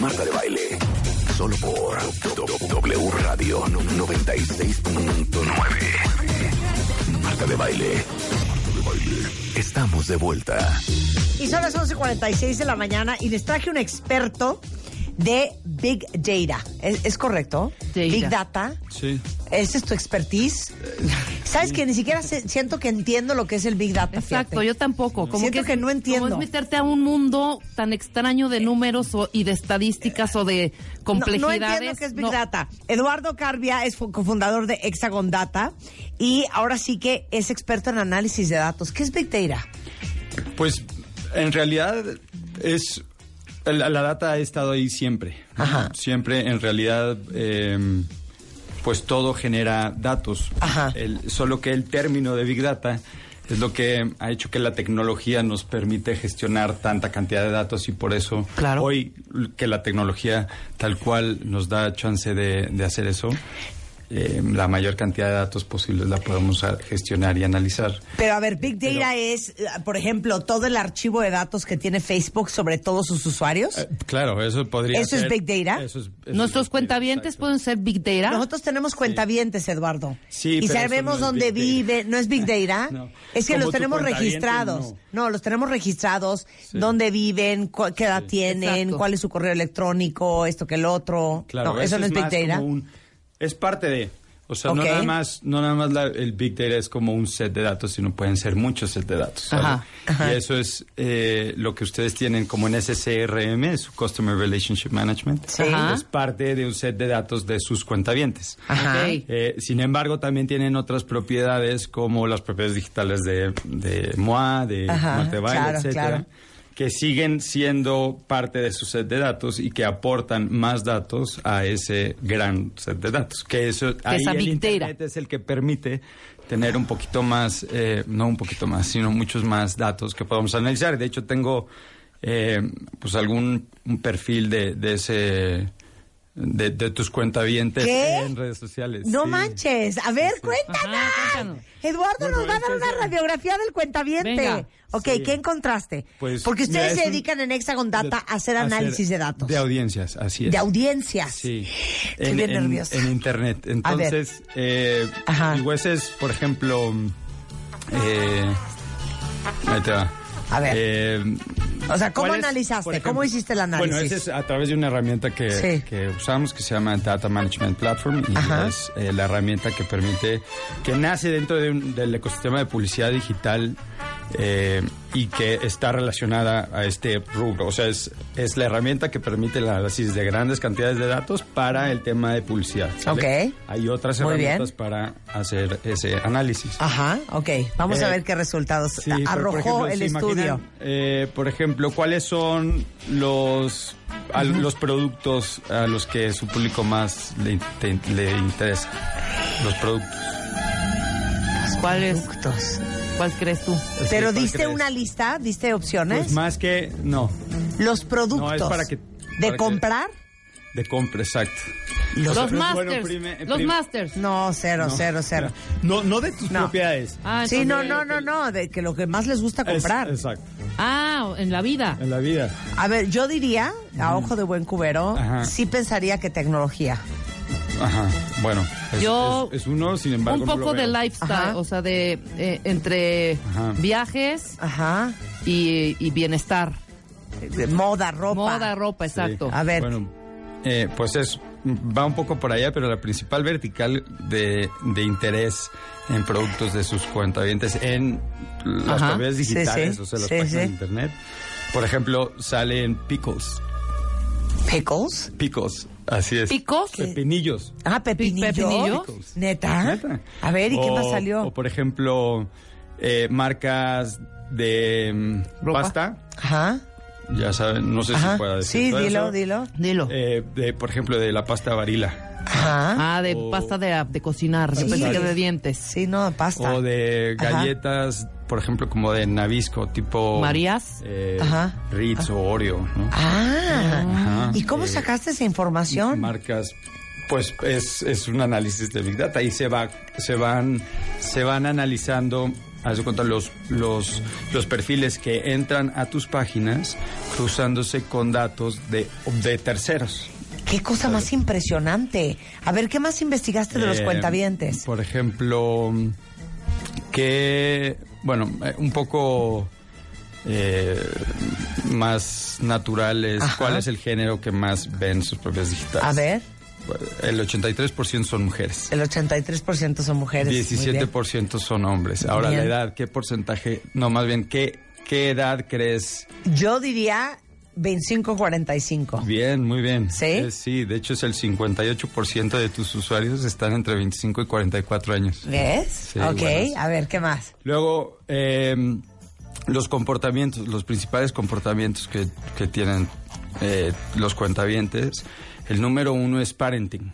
Marta de Baile. Solo por W Radio 96.9. Marta de Baile. Estamos de vuelta. Y son las 11.46 de la mañana y les traje un experto de Big Data. ¿Es, es correcto? Data. Big Data. Sí. ¿Esa es tu expertise? ¿Sabes que ni siquiera se- siento que entiendo lo que es el Big Data? Exacto, fíjate. yo tampoco. Como Siento que no como entiendo. es meterte a un mundo tan extraño de números o- y de estadísticas o de No- complejidades. No, entiendo qué es Big No. Data. Eduardo Carbia es fu- cofundador de Hexagon Data y ahora sí que es experto en análisis de datos. ¿Qué es Big Data? Pues en realidad es el- la, data ha estado ahí siempre. ¿no? Ajá. Siempre en realidad eh, pues todo genera datos. Ajá. El- solo que el término de big data es lo que ha hecho que la tecnología nos permite gestionar tanta cantidad de datos y por eso Claro. hoy l- que la tecnología tal cual nos da chance de, de hacer eso. eh, la mayor cantidad de datos posibles la podemos ah, gestionar y analizar. Pero a ver, Big Data es, eh, por ejemplo, todo el archivo de datos que tiene Facebook sobre todos sus usuarios. Eh, Claro, eso podría ¿Eso es ser- Big Data? eso es- eso es Nuestros Big Data, cuentavientes exacto. pueden ser Big Data. Nosotros tenemos cuentavientes, Eduardo. ¿Ah? Sí, y pero sabemos eso no es dónde Big Data. vive. No es Big Data. No. Es que Como los tu tenemos cuentaviente, registrados. No. los tenemos registrados. Sí. Dónde viven, cu- qué edad tienen, Exacto. cuál es su correo electrónico, esto que el otro. Claro, pues? no, eso no es Big más Data. como un- es parte de. O sea, Ok. no nada más, no nada más la- el Big Data es como un set de datos, sino pueden ser muchos sets de datos. ¿sabes? Ajá, Y eso es eh, lo que ustedes tienen como en SCRM, su Customer Relationship Management. Sí. Ajá. Es parte de un set de datos de sus cuentavientes. Ajá. Ok. Eh, sin embargo, también tienen otras propiedades como las propiedades digitales de, de MOA, de Ajá, Marte Baile, claro, etcétera, claro. que siguen siendo parte de su set de datos y que aportan más datos a ese gran set de datos. Que eso ahí esa el big data. internet es el que permite tener un poquito más, eh, no un poquito más, sino muchos más datos que podamos analizar. De hecho, tengo eh, pues algún un perfil de, de ese de, de tus cuentavientes ¿Qué? en redes sociales. No sí. Ah. manches. A ver, cuéntanos. Ajá, cuéntanos. Eduardo nos va a dar una radiografía del cuentaviente. Venga. Ok, Sí. ¿qué encontraste? Pues, Porque mira, ustedes es se un- dedican en Hexagon Data de- a hacer análisis de datos. De audiencias, así es. De audiencias. Sí. Estoy bien nerviosa. En internet. A ver. Entonces, eh, Ajá. el juez es, por ejemplo, eh, ahí te va. A ver. Eh, O sea, ¿cómo ¿cuál es, analizaste? por ¿Cómo hiciste el análisis? Bueno, ese es a través de una herramienta que, Sí. que usamos que se llama Data Management Platform y Ajá. es eh, la herramienta que permite, que nace dentro de un- del ecosistema de publicidad digital eh, y que está relacionada a este rubro. O sea, es, es la herramienta que permite el análisis de grandes cantidades de datos para el tema de publicidad. ¿sale? Ok. Hay otras Muy bien. herramientas para hacer ese análisis. Ajá, ok. Vamos a Eh, ver qué resultados Sí, pero, por arrojó ejemplo, el ¿se estudio. imaginan, eh, por ejemplo, ¿cuáles son los al- los productos a los que su público más le, te- le interesa? Los productos. ¿Cuál, es, Productos. ¿Cuál crees tú? Pero Es que, ¿cuál diste crees? una lista, diste opciones. Pues más que no Los productos No, es para que- de para que- comprar. de compra, exacto. Los, bueno, Masters. prime- eh, los prime- Masters. No, cero, No, cero, cero. No, no de tus No. propiedades. Ah, sí, entonces- no, no, no, no, de que lo que más les gusta Es- comprar. exacto. Ah, en la vida. En la vida. A ver, yo diría, a ojo de buen cubero, Ajá. sí pensaría que tecnología. Ajá. Bueno, es, Yo- es- es uno, sin embargo. Un no lo poco de veo. lifestyle, Ajá. o sea, de eh, entre Ajá. viajes Ajá. y, y bienestar. De moda, ropa. Moda, ropa, exacto. A ver. Bueno, eh, pues es va un poco por allá, pero la principal vertical de, de interés en productos de sus cuentavientes en las Ajá. propiedades Sí, digitales, sí. o sea, las Sí, páginas sí. de internet. Por ejemplo, salen picos, Pickles. picos, así es. ¿Picos? Pepinillos. Ah, pepinillos. pepinillos. ¿Neta? Neta. A ver, ¿y qué O- más salió? O por ejemplo, eh, marcas de mm, Ropa. pasta, Ajá. ya saben, no sé Ajá. si pueda decir Sí, todo dilo, eso. dilo. Dilo. Eh, de, por ejemplo, de la pasta varila. Ajá. ah, de o- pasta de, de cocinar, Sí. yo pensé que de dientes. Sí, no, pasta. O de Ajá. galletas, por ejemplo, como de Nabisco, tipo... Marías. eh, Ajá. Ritz o Oreo, ¿no? Ah. Ajá. ¿Y cómo sacaste esa información? Marcas... Pues es, es un análisis de Big Data y se, va, se, van, se van analizando haz de cuenta, los, los, los perfiles que entran a tus páginas cruzándose con datos de, de terceros. Qué cosa más impresionante. A ver, ¿qué más investigaste Este de los Eh, cuentavientes? Por ejemplo, que, bueno, eh, un poco eh, más naturales, Ajá. ¿cuál es el género que más ven sus propias digitales? A ver, El 83% son mujeres. el 83% son mujeres. Muy bien. 17% son hombres. Ahora, Bien. la edad, ¿qué porcentaje? No, más bien, ¿qué, qué edad crees? Yo diría 25-45. Bien, muy bien. ¿Sí? Eh, sí, de hecho es el 58% de tus usuarios están entre 25 y 44 años. ¿Ves? Sí, ok, buenas. a ver, ¿qué más? Luego, eh, los comportamientos, los principales comportamientos que, que tienen eh, los cuentavientes. El número uno es parenting.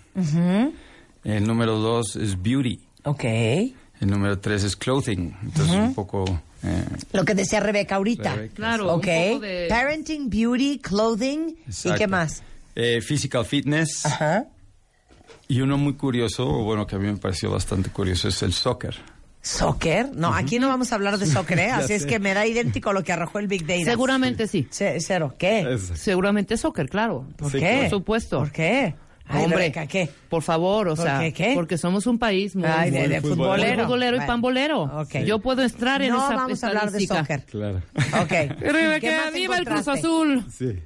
El número dos es beauty. Ok. El número tres es clothing. Entonces, un poco... eh, Lo que decía Rebeca ahorita. Rebeca. Claro, Ok. un poco de- Parenting, beauty, clothing. ¿Y Exacto. qué más? Ah. Eh, physical fitness. Ajá. Y uno muy curioso, o bueno, que a mí me pareció bastante curioso, es el soccer. ¿Soccer? No, aquí no vamos a hablar de soccer, ¿eh? Así es que me da idéntico lo que arrojó el Big Data. Seguramente sí. Ce- cero, ¿qué? Es- Seguramente soccer, claro. ¿Por Sí, qué? claro. Por supuesto. ¿Por qué? Ay, Hombre, Rebeca, ¿qué? Por favor, o ¿Por sea, qué, qué? porque somos un país muy, Ay, de, muy de fútbol. futbolero. futbolero y Bueno, pambolero. ok. Yo puedo entrar en no esa vamos a hablar de estadística. soccer. Claro. Ok. Rebeca, ¿Qué más viva el Cruz encontraste? Azul. Sí.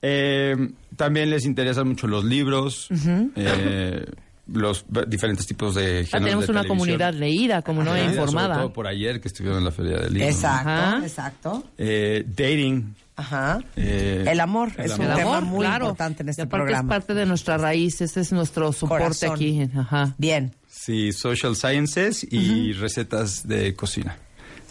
Eh, también les interesan mucho los libros, eh, los b- diferentes tipos Ah, de géneros Ya tenemos de una televisión. comunidad leída, como no e Leída, Sobre informada. todo por ayer que estuvieron en la Feria del Libro. ¿no? Exacto, Ajá. exacto. Eh, dating. Ajá. eh, el amor es el un amor. tema muy importante en Y este aparte programa. es parte de nuestras raíces, es nuestro soporte Corazón. aquí. Ajá. Bien. Sí, social sciences y recetas de cocina.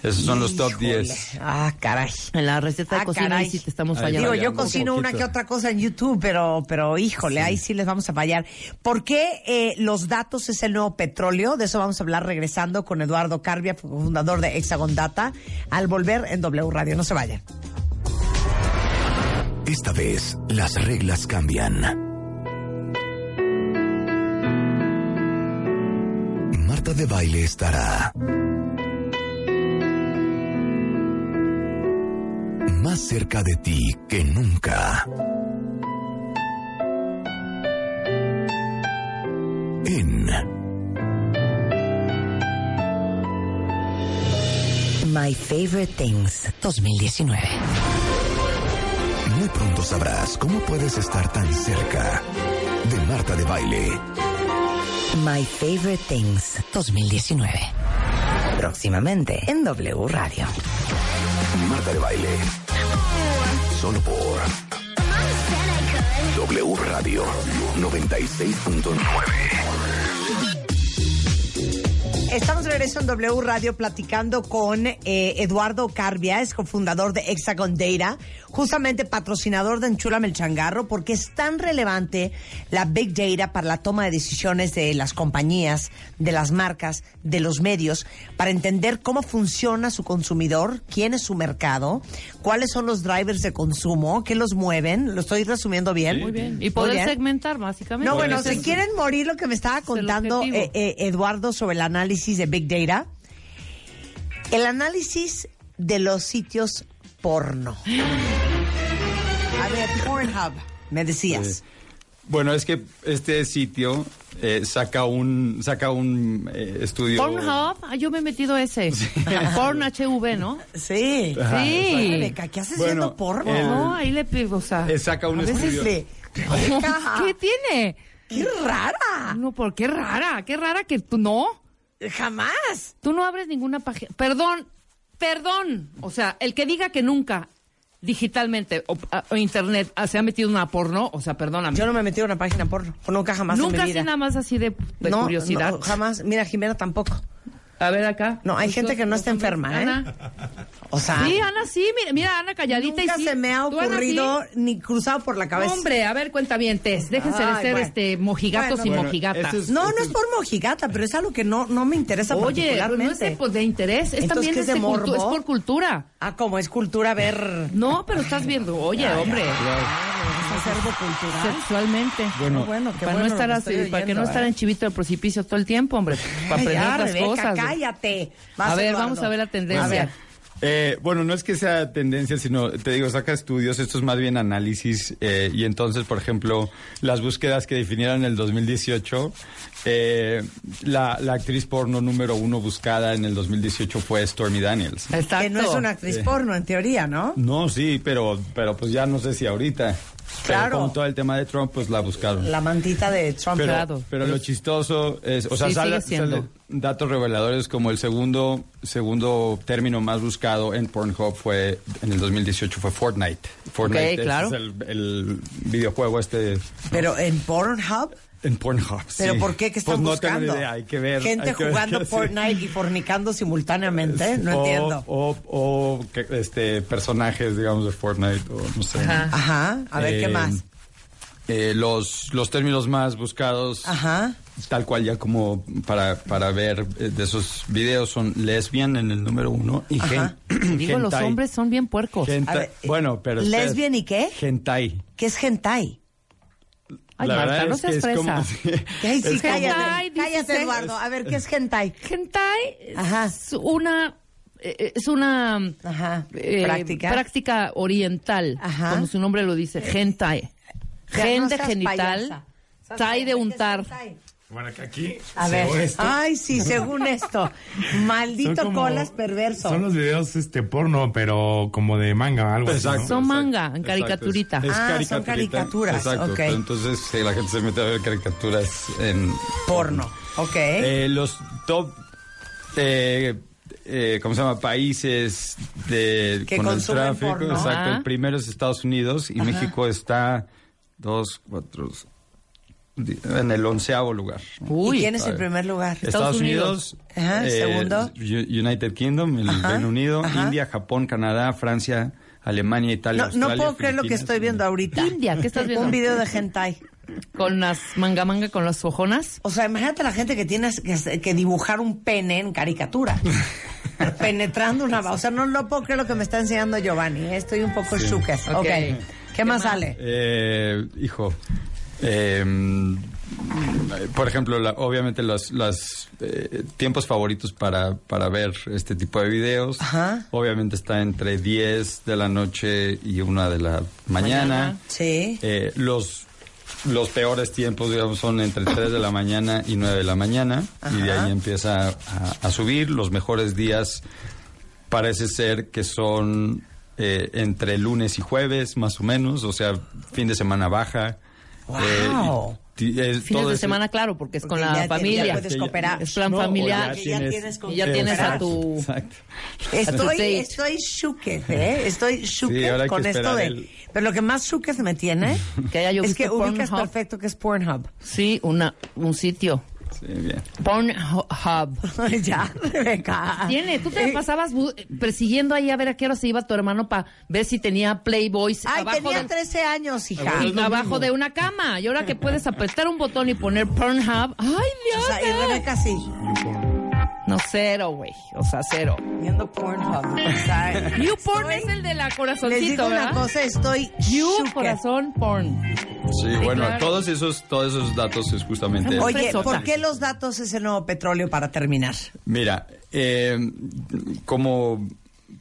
Esos son los top Híjole. 10. Ah, caray. En la receta de Ah, cocina caray. ahí sí te estamos Ahí fallando. Digo, yo Fallando un cocino una poquito. que otra cosa en YouTube, pero, pero híjole, ahí sí les vamos a fallar. ¿Por qué eh, los datos es el nuevo petróleo? De eso vamos a hablar regresando con Eduardo Carbia, fundador de Hexagon Data, al volver en W Radio. No se vayan. Esta vez las reglas cambian. Marta de baile estará. Más cerca de ti que nunca. En My Favorite Things 2019. muy pronto sabrás cómo puedes estar tan cerca de Marta de baile. My Favorite Things 2019. Próximamente en W Radio. Marta de Baile. Solo por W Radio 96.9. Estamos de regreso en W Radio platicando con eh, Eduardo Carbia, es cofundador de Hexagon Data, justamente patrocinador de Enchulame el Changarro, porque es tan relevante la Big Data para la toma de decisiones de las compañías, de las marcas, de los medios, para entender cómo funciona su consumidor, quién es su mercado, cuáles son los drivers de consumo, qué los mueven. Lo estoy resumiendo bien. Muy bien. Y poder bien. segmentar, básicamente. No, bueno, Ese se es- quieren morir lo que me estaba el contando objetivo. eh, eh, Eduardo sobre el análisis de Big Data. El análisis de los sitios porno. A ver, Pornhub, me decías. Bueno, es que este sitio eh, saca un saca un eh, estudio. Pornhub, ah, yo me he metido ese. Porn HV, ¿no? Sí. Sí. Rebeca, ¿qué haces Bueno, viendo porno? el- No, ahí le pido, o sea. Eh, saca un A veces estudio. le- ¿Qué tiene? ¡Qué rara! No, por qué rara, qué rara que tú no. ¡Jamás! Tú no abres ninguna página. Perdón, perdón. O sea, el que diga que nunca digitalmente o, a- o internet ah, se ha metido en una porno, o sea, perdóname. Yo no me he metido en una página porno. Nunca jamás en mi nunca así vida. nada más así de, de No, curiosidad. no, jamás. Mira, Jimena tampoco. A ver acá. Pues No, hay gente que no está enferma, ¿eh? Ana. O sea, Sí, Ana sí, mira, mira Ana calladita Ah. nunca y sí. se me ha Tú, Ana, sí. ocurrido ni cruzado por la cabeza. Hombre, a ver, cuentavientes, déjense de Ay, ser bueno. este mojigatos Bueno, y bueno, mojigatas. ese es- No, no es por mojigata, pero es algo que no, no me interesa Oye, pues no es particularmente. de, pues, de interés, es Entonces, también ¿qué es de este cultu- morbo? es por cultura. Ah, como es cultura ver... No, pero estás viendo, oye, hombre. Claro. acervo cultural. Sexualmente. Bueno, No, bueno, qué para bueno no estar lo que estoy así, para que no oyendo, estar ¿eh? en chivito del precipicio todo el tiempo, hombre. Para Ay, aprender ya, otras Rebeca, cosas. güey. cállate. Vas, A ver, Eduardo. vamos a ver la tendencia. A ver, Eh, bueno, no es que sea tendencia, sino, te digo, saca estudios, esto es más bien análisis, eh, y entonces, por ejemplo, las búsquedas que definieron el 2018, eh, la, la actriz porno número uno buscada en el 2018 fue Stormy Daniels. Exacto. que no es una actriz porno, en teoría, ¿no? No, sí, pero, pero pues ya no sé si ahorita. Claro. Pero con todo el tema de Trump, pues la buscaron. La mantita de Trump. Pero, Claro. pero lo chistoso es, o sea, Sí, sale- sigue siendo. sale datos reveladores como el segundo segundo término más buscado en Pornhub fue en el 2018 fue Fortnite. Fortnite Ok, claro. es el, el videojuego este Pero en Pornhub. en Pornhub. sí. ¿Pero por qué? ¿Qué están pues no buscando? tengo ni idea, hay que ver. Gente hay que ver jugando qué hacer. Fortnite y fornicando simultáneamente. No O- entiendo. O, o que- este personajes, digamos, de Fortnite o no sé. Ajá. Ajá, a ver, ¿qué Eh, más? eh, los, los términos más buscados, Ajá. tal cual ya como para, para ver eh, de esos videos, son lesbian en el número uno y Ajá. gen- Digo, los hentai. hombres son bien puercos. Henta- A ver, eh, bueno, pero... ¿lesbian y qué? Hentai. ¿Qué es hentai? Ay, La Marta, verdad no es que seas es como- fresa. Ay, sí, es como- cállate. Ay, dice- cállate, Eduardo. A ver, ¿qué es hentai? Hentai Ajá. es una eh, es una Ajá, eh, práctica. práctica oriental, Ajá. como su nombre lo dice, hentai. Ya, Gen no de seas genital, payasa. ¿Sabes tai de qué es untar. hentai? Bueno, que aquí. A según ver. esto, Ay, sí, según esto. son Maldito como- colas perverso. Son los videos este porno, pero como de manga, algo así, ¿no? Exacto, Son exacto, manga, en exacto, caricaturita. es- es Ah, son caricaturita, caricaturas, Exacto. ok. pero Entonces sí, la gente se mete a ver caricaturas en Porno. Ok. Eh, los top, eh, eh, ¿cómo se llama? Países de, Que con el consumen tráfico. porno. Exacto. Ajá. El primero es Estados Unidos y México está dos, cuatro, di- en el onceavo lugar. Uy, ¿Y quién es el a ver. primer lugar? Estados Estados Unidos. Unidos, eh, Ajá, segundo. U- United Kingdom, el Ajá, Reino Unido, ajá. India, Japón, Canadá, Francia, Alemania, Italia, No, no Australia, puedo creer lo que Filipinas, estoy viendo ahorita. India, ¿qué estás viendo? Un video de hentai. con las manga manga con las ojonas. O sea, imagínate la gente que tiene que, que dibujar un pene en caricatura. penetrando una... O sea, no, no puedo creer lo que me está enseñando Giovanni. eh, Estoy un poco chucas. Ok. Ok. ¿Qué, ¿Qué más más? sale? Eh, hijo. eh, por ejemplo, la- obviamente los, las, eh, tiempos favoritos para, para ver este tipo de videos. Ajá. Obviamente está entre 10 de la noche y 1 de la mañana. Mañana. Sí. Eh, los, los peores tiempos, digamos, son entre 3 de la mañana y 9 de la mañana. Y de ahí empieza a, a subir. Los mejores días parece ser que son eh, entre lunes y jueves, más o menos. O sea, fin de semana baja. Eh, Wow. y ti- es Fines todo de ese- semana, claro, porque es eh, con Porque la ya- ya familia. puedes que cooperar. Es plan o ya familiar. Que ya tienes con Y ya quién tienes a cooperar. tu Exacto. Entonces, Estoy, date. estoy shooked, ¿eh? Estoy shooked Sí, ahora hay que con esto esperar de... el- Pero lo que más shooked me tiene Que haya yo es que visto ubicas Pornhub. perfecto que es Pornhub. sí, una un sitio. Sí, bien. Pornhub. ya, Rebeca. Tiene, tú te Eh, pasabas bu- persiguiendo ahí a ver a qué hora se iba tu hermano para ver si tenía Playboys Ay, abajo, tenía de, 13 años, hija. y abajo de una cama. Y ahora que puedes apretar un botón y poner Pornhub. ¡Ay, O Dios! sea, y Rebeca sí. No, cero, güey. O sea, cero. Viendo Pornhub. O sea, You estoy- Porn es el de la Les digo corazoncito, una ¿verdad? cosa, estoy You shooked. Corazón Porn. Sí, bueno, claro. todos esos, todos esos datos es justamente. Oye, Fresota. ¿por qué los datos es el nuevo petróleo para terminar? Mira, eh, como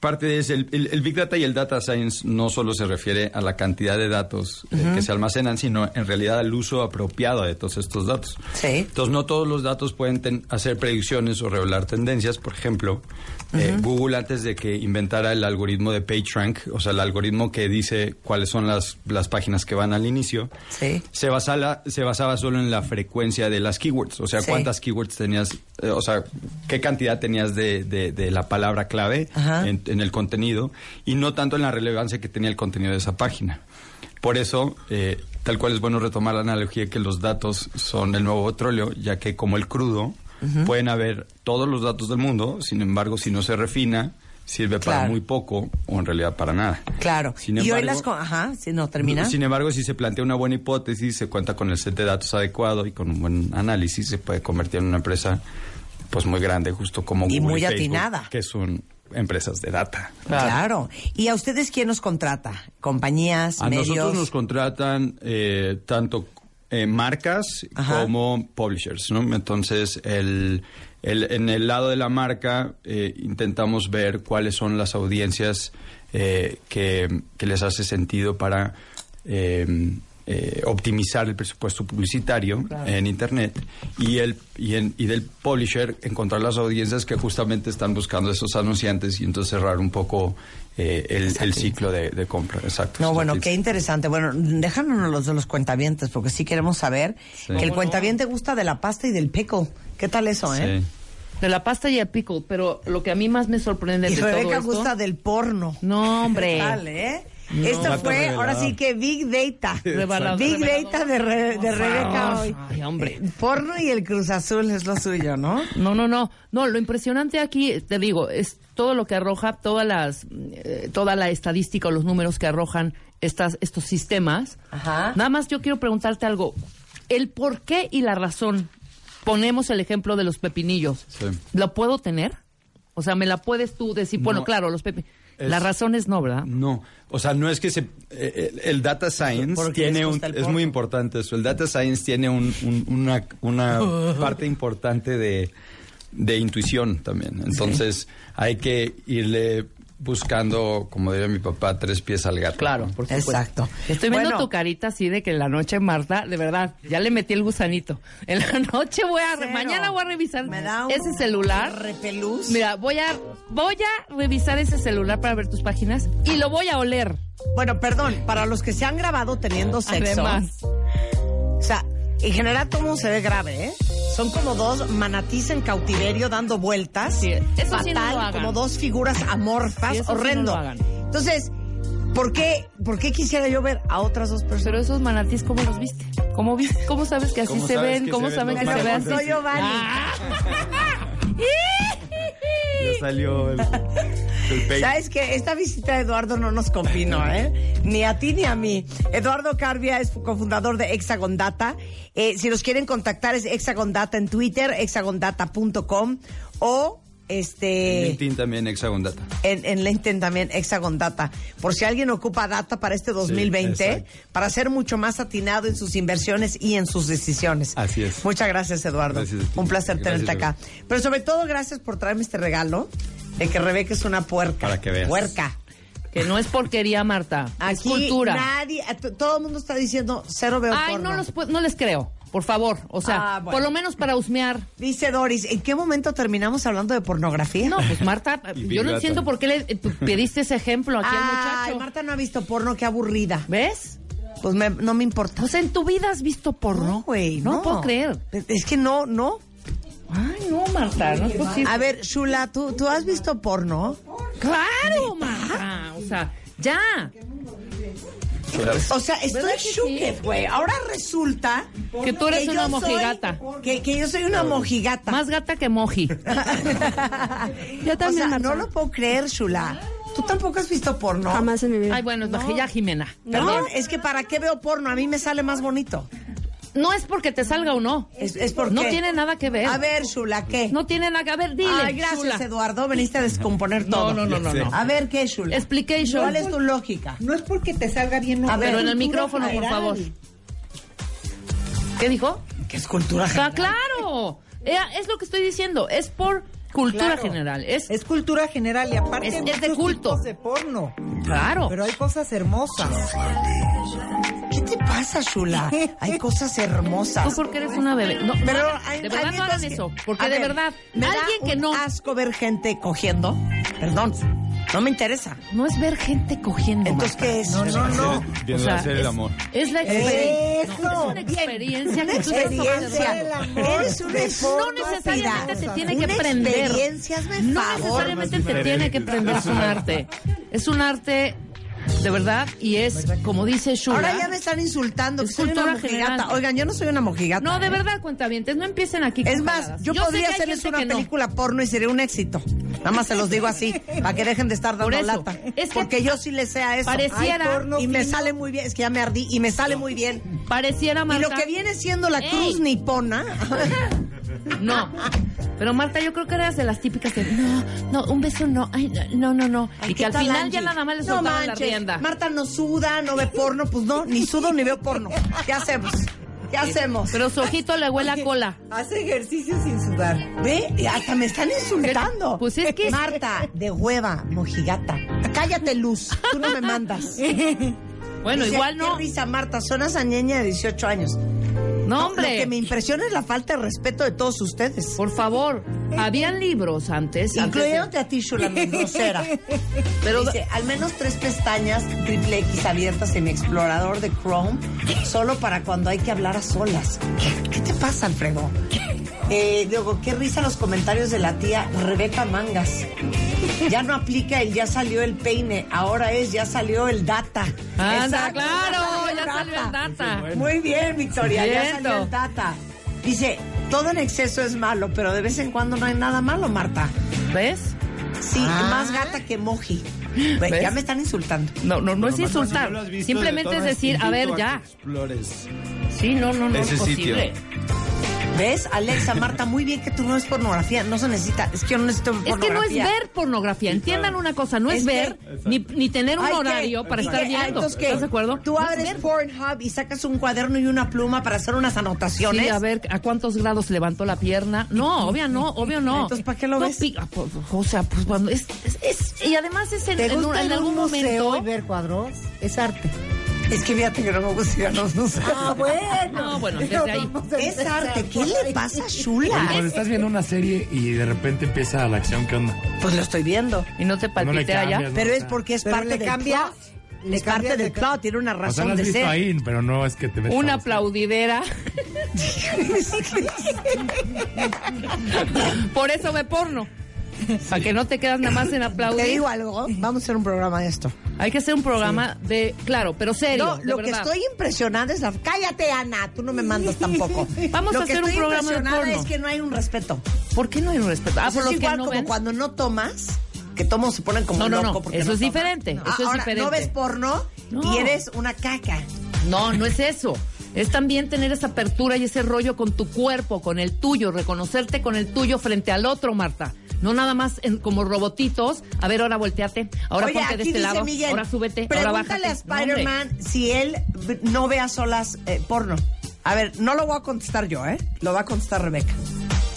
parte de ese, el, el- el Big Data y el Data Science no solo se refiere a la cantidad de datos eh, que se almacenan, sino en realidad al uso apropiado de todos estos datos. Sí. Entonces, no todos los datos pueden ten- hacer predicciones o revelar tendencias. Por ejemplo, eh, Google antes de que inventara el algoritmo de PageRank, o sea, el algoritmo que dice cuáles son las, las páginas que van al inicio, Sí. se, basala- se basaba solo en la frecuencia de las keywords, o sea, Sí. cuántas keywords tenías, eh, o sea, qué cantidad tenías de, de- de la palabra clave Ajá. en, en el contenido y no tanto en la relevancia que tenía el contenido de esa página. Por eso, eh, tal cual es bueno retomar la analogía que los datos son el nuevo petróleo, ya que como el crudo, pueden haber todos los datos del mundo, sin embargo, si no se refina, sirve para Claro. muy poco o en realidad para nada. Claro. Sin y hoy embargo- las... co- Ajá, si no, termina. sin embargo, si se plantea una buena hipótesis, se cuenta con el set de datos adecuado y con un buen análisis, se puede convertir en una empresa pues muy grande, justo como Y Google muy Facebook, atinada. que es un empresas de data. Claro. ¿Y a ustedes quién nos contrata? ¿Compañías? A medios? nosotros nos contratan eh, tanto eh, marcas Ajá. como publishers, ¿no? Entonces, el, el- en el lado de la marca eh, intentamos ver cuáles son las audiencias eh, que, que les hace sentido para eh, eh, optimizar el presupuesto publicitario en Internet y, el, y, en- y del publisher encontrar las audiencias que justamente están buscando esos anunciantes y entonces cerrar un poco eh, el, el ciclo de, de compra. Exacto. No, bueno, Exacto. qué interesante. Bueno, déjanos los de los cuentavientes, porque sí queremos saber que el cuentaviente gusta de la pasta y del pickle. ¿Qué tal eso, eh? Sí. De la pasta y el pickle, pero lo que a mí más me sorprende Y de todo Rebeca esto... gusta del porno. No, hombre. ¿Qué tal, eh? Esto Dato fue, revelador. ahora sí que Big Data. Revelador. Big Data de, Re- de Rebeca hoy. Eh, Ay, hombre. Porno y el Cruz Azul es lo suyo, ¿no? No, no, no. No, lo impresionante aquí, te digo, es todo lo que arroja, todas las, eh, toda la estadística o los números que arrojan estas, estos sistemas. Ajá. Nada más yo quiero preguntarte algo. El por qué y la razón. Ponemos el ejemplo de los pepinillos. Sí. ¿Lo puedo tener? O sea, me la puedes tú decir, bueno, No. claro, los pepinillos. Es- Las razones no, ¿verdad? No, o sea, no es que se... eh, el, el data science Porque les tiene un... gusta el Es porno. muy importante eso. El data science tiene un- un- una, una parte importante de, de intuición también. Entonces, hay que irle buscando, como diría mi papá, tres pies al gato. Claro, por supuesto. Exacto. Estoy viendo Bueno. tu carita así de que en la noche, Marta, de verdad, ya le metí el gusanito. En la noche voy a... re- Cero. Mañana voy a revisar Me da un ese celular. repelús. Mira, voy a, voy a revisar ese celular para ver tus páginas y lo voy a oler. Bueno, perdón, para los que se han grabado teniendo sexo. Además. O sea, en general todo mundo se ve grave, ¿eh? Son como dos manatís en cautiverio dando vueltas. Sí, eso sí no fatal, lo hagan. como dos figuras amorfas, Sí, eso sí horrendo. no lo hagan. Entonces, ¿por qué, ¿por qué quisiera yo ver a otras dos personas? Pero esos manatís, ¿cómo los viste? ¿Cómo, viste? ¿Cómo sabes que así ¿Cómo se sabes ven? Ah. que ¿Cómo se ven saben los que se ve manatís? así? Soy Giovanni. Ya salió el, el peine. ¿Sabes que Esta visita de Eduardo no nos convino, ¿eh? Ni a ti ni a mí. Eduardo Carvia es cofundador de Hexagon Data. Eh, si los quieren contactar es Hexagon Data en Twitter, hexagondata.com o este... LinkedIn también, Hexagon Data. En, en LinkedIn también, Hexagon Data. Por si alguien ocupa data para este 2020, exacto. para ser mucho más atinado en sus inversiones y en sus decisiones. Así es. Muchas gracias, Eduardo. Gracias a ti. Un placer Gracias, tenerte acá. Pero sobre todo, gracias por traerme este regalo de que Rebeca es una puerca. Para que veas. Puerca. Que no es porquería, Marta. Aquí es cultura. nadie, a- t- todo el mundo está diciendo cero veo Ay, porno. no, los, pu- no les creo. Por favor. O sea, Ah, bueno. por lo menos para husmear. Dice Doris, ¿en qué momento terminamos hablando de pornografía? No, pues Marta, Y yo no pirata. entiendo por qué le eh, p- pediste ese ejemplo aquí al Ay, muchacho. Marta no ha visto porno, qué aburrida. ¿Ves? Pues me- no me importa. O sea, en tu vida has visto porno, güey, No, puedo creer. Es que no, no. Ay, no, Marta, no es posible. A ver, Shula, ¿tú, tú has visto porno? claro, Marta. O sea, ya. O sea, estoy ¿Verdad que shooked, sí? güey. Ahora resulta Que tú eres yo una soy- mojigata. que, que yo soy una mojigata. Más gata que moji. Yo también, o sea, Marta. no lo puedo creer, Shula. Tú tampoco has visto porno. Jamás en mi vida. Ay, bueno, es ya Jimena. Perdón, es que ¿para qué veo porno? A mí me sale más bonito. No es porque te salga o no. Es, es porque... No tiene nada que ver. A ver, Shula, ¿qué? No tiene nada que A ver, dile. Ay, gracias, Shula. Eduardo. Veniste a descomponer todo. no, no, no, no, no. A ver, ¿qué, Shula? Explication. ¿Cuál es tu lógica? No es porque te salga bien. A A ver, ver, Pero en el micrófono, por favor. ¿Qué dijo? Que es cultura Ah, claro. Eh, Es lo que estoy diciendo. Es por cultura general. Es, Es cultura general y aparte Es- hay es de muchos culto. tipos de porno, claro. pero hay cosas hermosas. ¿Qué te pasa, Shula? Hay cosas hermosas. Tú porque eres una bebé. No, Pero no hagan- hay- de hay verdad no cosas hagan que- eso. Porque A de ver, verdad, me da alguien que un no. asco ver gente cogiendo. Perdón, no me interesa. No es ver gente cogiendo. Entonces, Marta. ¿qué es? Viendo O sea, hacer es- el amor. Es la experiencia. Eso. No, es una experiencia que tú estás Experiencia. observando. Eres una No necesariamente te tiene que Una prender. experiencia, hazme el No favor. necesariamente te tiene que prender. Es un arte. Es un arte de verdad y es, como dice Shura. Ahora ya me están insultando. Es que soy una cultura mojigata. general. Oigan, yo no soy una mojigata. No, de verdad, cuentavientes, no empiecen aquí. con Es más, jaladas. yo, sé podría que hay hacerles gente una que no. película porno y sería un éxito. Nada más se los digo así, para que dejen de estar dando Por eso, lata. es que Porque yo sí les sé a eso. pareciera- Hay porno y me sale muy bien, es que ya me ardí, y me sale muy bien. Pareciera Y Marta. lo que viene siendo la Ey. cruz nipona. No. Pero Marta, yo creo que eras de las típicas de no, no, un beso no, ay, no, no, no. Ay, y ¿qué que al tal, final Angie? ya nada más le No soltaban la manches, rienda. Marta no suda, no ve porno, pues no, ni sudo ni veo porno. ¿Qué hacemos? ¿Qué hacemos? Pero su ojito le huele a cola. Hace ejercicio sin sudar. Ve, hasta me están insultando. Pues es que- Marta, de hueva, mojigata. Cállate, Luz. Tú no me mandas. Bueno, O sea, igual no. Qué risa, Marta. Sonas a niña de 18 años. No, Lo hombre. que me impresiona es la falta de respeto de todos ustedes. Por favor, habían libros antes. antes de- Incluyéndote a ti, Shulamin, grosera. Pero- Dice, al menos tres pestañas triple X abiertas en mi explorador de Chrome, solo para cuando hay que hablar a solas. ¿Qué, qué te pasa, Alfredo? Eh, luego, qué risa los comentarios de la tía Rebeca Mangas. Ya no aplica el ya salió el peine, ahora es ya salió el data. Anda, Exacto, claro, ya salió el data. Muy bien, Victoria, ya Cierto. salió el data. Dice, todo en exceso es malo, pero de vez en cuando no hay nada malo, Marta. ¿Ves? Sí, más gata que moji. Ah. ¿Ves? Ya me están insultando. No, no, no es Pero, Marta, si insultar. no lo has visto, Simplemente de es todo decir, a ver, instinto ya. que Explores. Sí, no, no, no Ese es sitio. posible. ¿Ves, Alexa, Marta? Muy bien que tú no es pornografía. No se necesita. Es que yo no necesito Es que pornografía. no es ver pornografía. Entiendan una cosa, no es, Es que- ver ni, ni tener un Ay, ¿qué? horario para Es estar que, viendo. entonces, ¿qué? ¿Estás de acuerdo? Tú No es abres ver. Pornhub y sacas un cuaderno y una pluma para hacer unas anotaciones. Sí, a ver, ¿a cuántos grados levantó la pierna? No, obvio no, obvio no. Entonces, ¿para qué lo No ves? pica, pues, O sea, pues cuando es, es- es- y además es en, ¿Te en un- gusta en ir a algún un museo y momento. ver cuadros? Es arte. Es que fíjate que no me gusta ir a los museos. bueno. No, Ah, bueno, desde Pero ahí. vamos a Es empezar arte. ¿Qué por le ahí. pasa a Oye, cuando Shula? estás viendo una serie y de repente empieza la acción, ¿qué onda? Pues lo estoy viendo. Y no te No le palpitea cambias, ya. Pues ¿no? Pero O es sea, porque es Pero parte le del cambia- plot. le Es parte cambia del de- plot. Tiene una O sea, razón la has de visto ser. ahí, pero no es que te metas Una a buscar. aplaudidera. Por eso ve porno. Para que no te quedas nada más en Te aplaudir. digo algo. Vamos a hacer un programa de esto. Hay que hacer un programa de, claro, pero serio. No, de lo que verdad. estoy impresionada es la... Cállate, Ana, tú no me mandas tampoco. Vamos Lo a que hacer un estoy programa de impresionada porno. es que no hay un respeto. ¿Por qué no hay un respeto? Ah, Eso por es los que igual no como ven. cuando no tomas, que todos se ponen como No, no, loco. no, porque eso tomas. es diferente, No. eso es Ahora, no diferente. ves porno No. y eres una caca. No, no es eso. Es también tener esa apertura y ese rollo con tu cuerpo, con el tuyo, reconocerte con el tuyo frente al otro, Marta. No nada más en- como robotitos. A ver, ahora volteate, ahora Oye, ponte aquí de este dice lado, Miguel, ahora súbete, ahora pregúntale bájate. a No, hombre. Spider-Man si él no ve a solas eh, porno. A ver, no lo voy a contestar yo, ¿eh? Lo va a contestar Rebeca.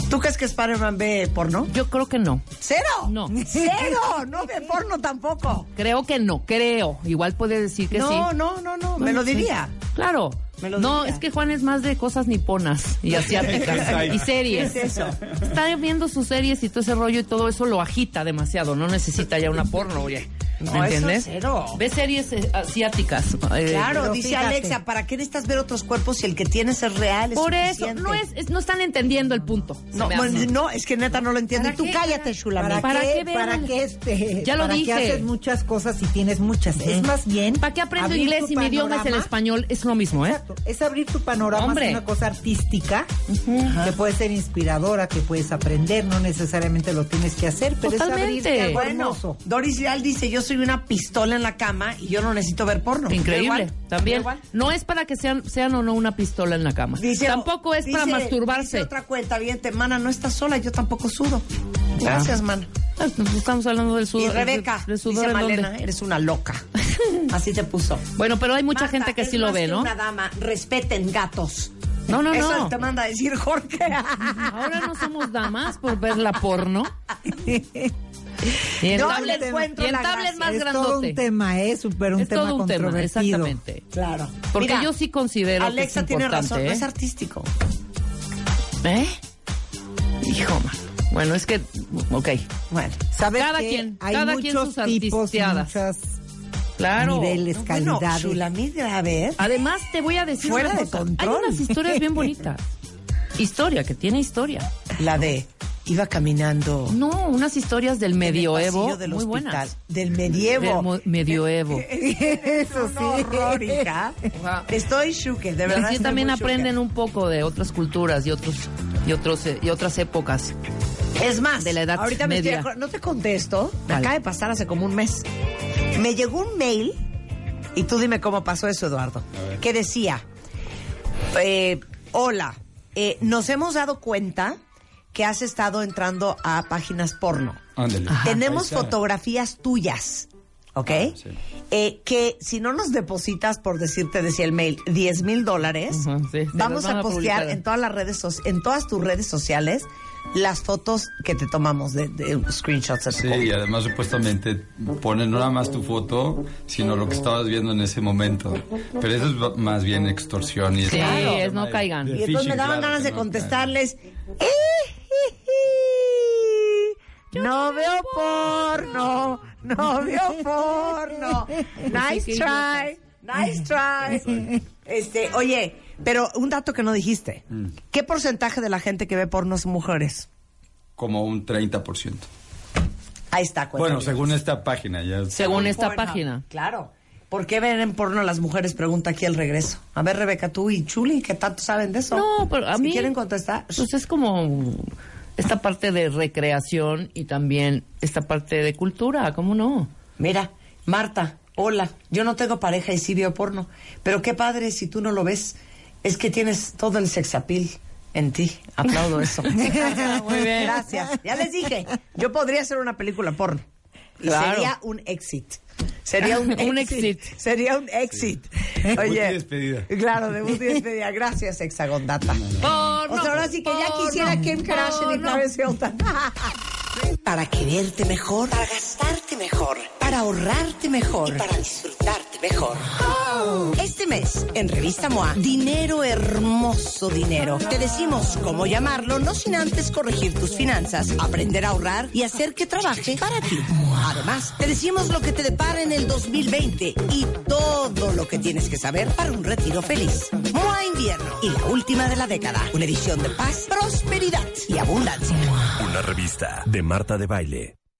¿Tú crees que Spider-Man ve porno? Yo creo que no. ¡Cero! No. ¡Cero! No ve porno tampoco. Creo que no, creo. Igual puede decir que no, sí. no, no, no. Me Bueno, lo sí. diría. Claro. Me lo no, diría. es que Juan es más de cosas niponas y asiáticas y series. ¿Qué es eso? Está viendo sus series y todo ese rollo y todo eso lo agita demasiado. No necesita ya una porno, oye. ¿Me No, eso entiendes? cero. Ve series eh, asiáticas. eh, Claro, pero dice fíjate. Alexa, ¿para qué necesitas ver otros cuerpos si el que tienes es real? es Por eso, suficiente? no, es, es- no están entendiendo el punto. se No, me bueno, hace. no, es que neta no lo entiendo. ¿Para Tú qué? cállate, Shulami. ¿Para, ¿Para qué, qué ver para al- qué este Ya lo para qué dije. haces muchas cosas y tienes muchas es más bien ¿Para qué aprendo abrir inglés tu y mi idioma es el panorama. español? Es lo mismo, ¿eh? Exacto. Es abrir tu panorama Hombre. es una cosa artística que puede ser inspiradora, que puedes aprender, no necesariamente lo tienes que hacer, pero Totalmente. es abrirte algo Bueno, hermoso. Doris Leal dice, yo soy una pistola en la cama y yo no necesito ver porno. Increíble. Igual, También. igual. No es para que sean, sean o no una pistola en la cama. Dice- Tampoco es para dice- masturbarse. Dice otra cuenta, bien, mana, no estás sola, yo tampoco sudo. Gracias, mana. Ah, no, Estamos hablando del Y sudor. Rebeca, del sudor dice en dónde. Malena, ¿eh? eres una loca. Así te puso. Bueno, pero hay mucha Marta, gente que es sí lo más ve, que ¿no? Una dama, respeten gatos. No, no, Eso no. te manda a decir Jorge. Ahora no somos damas por ver la porno. Y en No, tablet- le encuentro y en la tablet gracia. más es grandote. todo un tema, es súper un es tema todo un tema, controvertido. exactamente. Claro. Porque Mira, yo sí considero Alexa que es tiene razón, importante, no es artístico. ¿eh? ¿Eh? Hijo, man. bueno, es que, ok, Bueno. ¿Sabes Cada qué? quien, Hay cada quien muchos sus tipos, artisteadas. muchas claro. niveles, Bueno, calidades. Shulamit Graver. Además, te voy a decir Fuera una de cosa. control. Hay unas historias bien bonitas. Historia, que tiene historia. La de iba caminando. No, unas historias del en el medioevo pasillo del muy hospital, buenas. Del Del medievo. mo- medioevo. Eso sí. Un horror, hija. Estoy shuke, de verdad. Así estoy pues también muy shuke. aprenden un poco de otras culturas y otros y otros eh, y otras épocas. Es más, de la edad ahorita me estoy media. acor- no te contesto. Me Vale. acaba de pasar hace como un mes. Me llegó un mail y tú dime cómo pasó eso, Eduardo. Que decía, eh, hola, eh, nos hemos dado cuenta que has estado entrando a páginas porno. Ándale. Tenemos Ahí está. fotografías tuyas, ¿ok? Ah, sí. Eh, que si no nos depositas, por decirte, decía el mail, 10 mil dólares, Ujú, sí, te los vamos van a a postear publicar. en todas las redes so- en todas tus redes sociales las fotos que te tomamos de, de screenshots. de tu Sí, compu. y además supuestamente ponen no nada más tu foto, sino lo que estabas viendo en ese momento. Pero eso es ba- más bien extorsión. Y es Sí, más un es tema no de- caigan. de Y entonces me phishing, daban claro, ganas que de no caigan. contestarles. "Eh, ji, ji, No veo porno, no veo porno. Nice qué try, nice try. Este, oye, pero un dato que no dijiste. Mm. ¿Qué porcentaje de la gente que ve porno son mujeres? Como un 30%. Ahí está, cuenta. Bueno, según esta página. ya Según esta Pornhub, página. Claro. ¿Por qué ven en porno las mujeres? Pregunta aquí al regreso. A ver, Rebeca, tú y Chuli, ¿qué tanto saben de eso? No, pero a Si mí- quieren contestar. Pues es como esta parte de recreación y también esta parte de cultura, ¿cómo no? Mira, Marta, hola, yo no tengo pareja y sí veo porno, pero qué padre si tú no lo ves, es que tienes todo el sexapil en ti. Aplaudo eso. Muy bien. Gracias. Ya les dije, yo podría hacer una película porno. Y Claro. Sería un exit. Sería un, Un exit. exit. Sería un exit. Debut y despedida. Claro, debut y despedida. Gracias, Hexagon Data. Porno, o sea, ahora sí que ya porno, quisiera Kim Kardashian y porno. Paris Hilton. Para quererte mejor, para gastarte mejor, para ahorrarte mejor y para disfrutarte mejor. Este mes, en Revista MOA, dinero hermoso dinero. Te decimos cómo llamarlo, no sin antes corregir tus finanzas, aprender a ahorrar y hacer que trabaje para ti. Además, te decimos lo que te depara en el 2020 y todo lo que tienes que saber para un retiro feliz. MOA Invierno y la última de la década. Una edición de paz, prosperidad y abundancia. Una revista de Marta de Baile.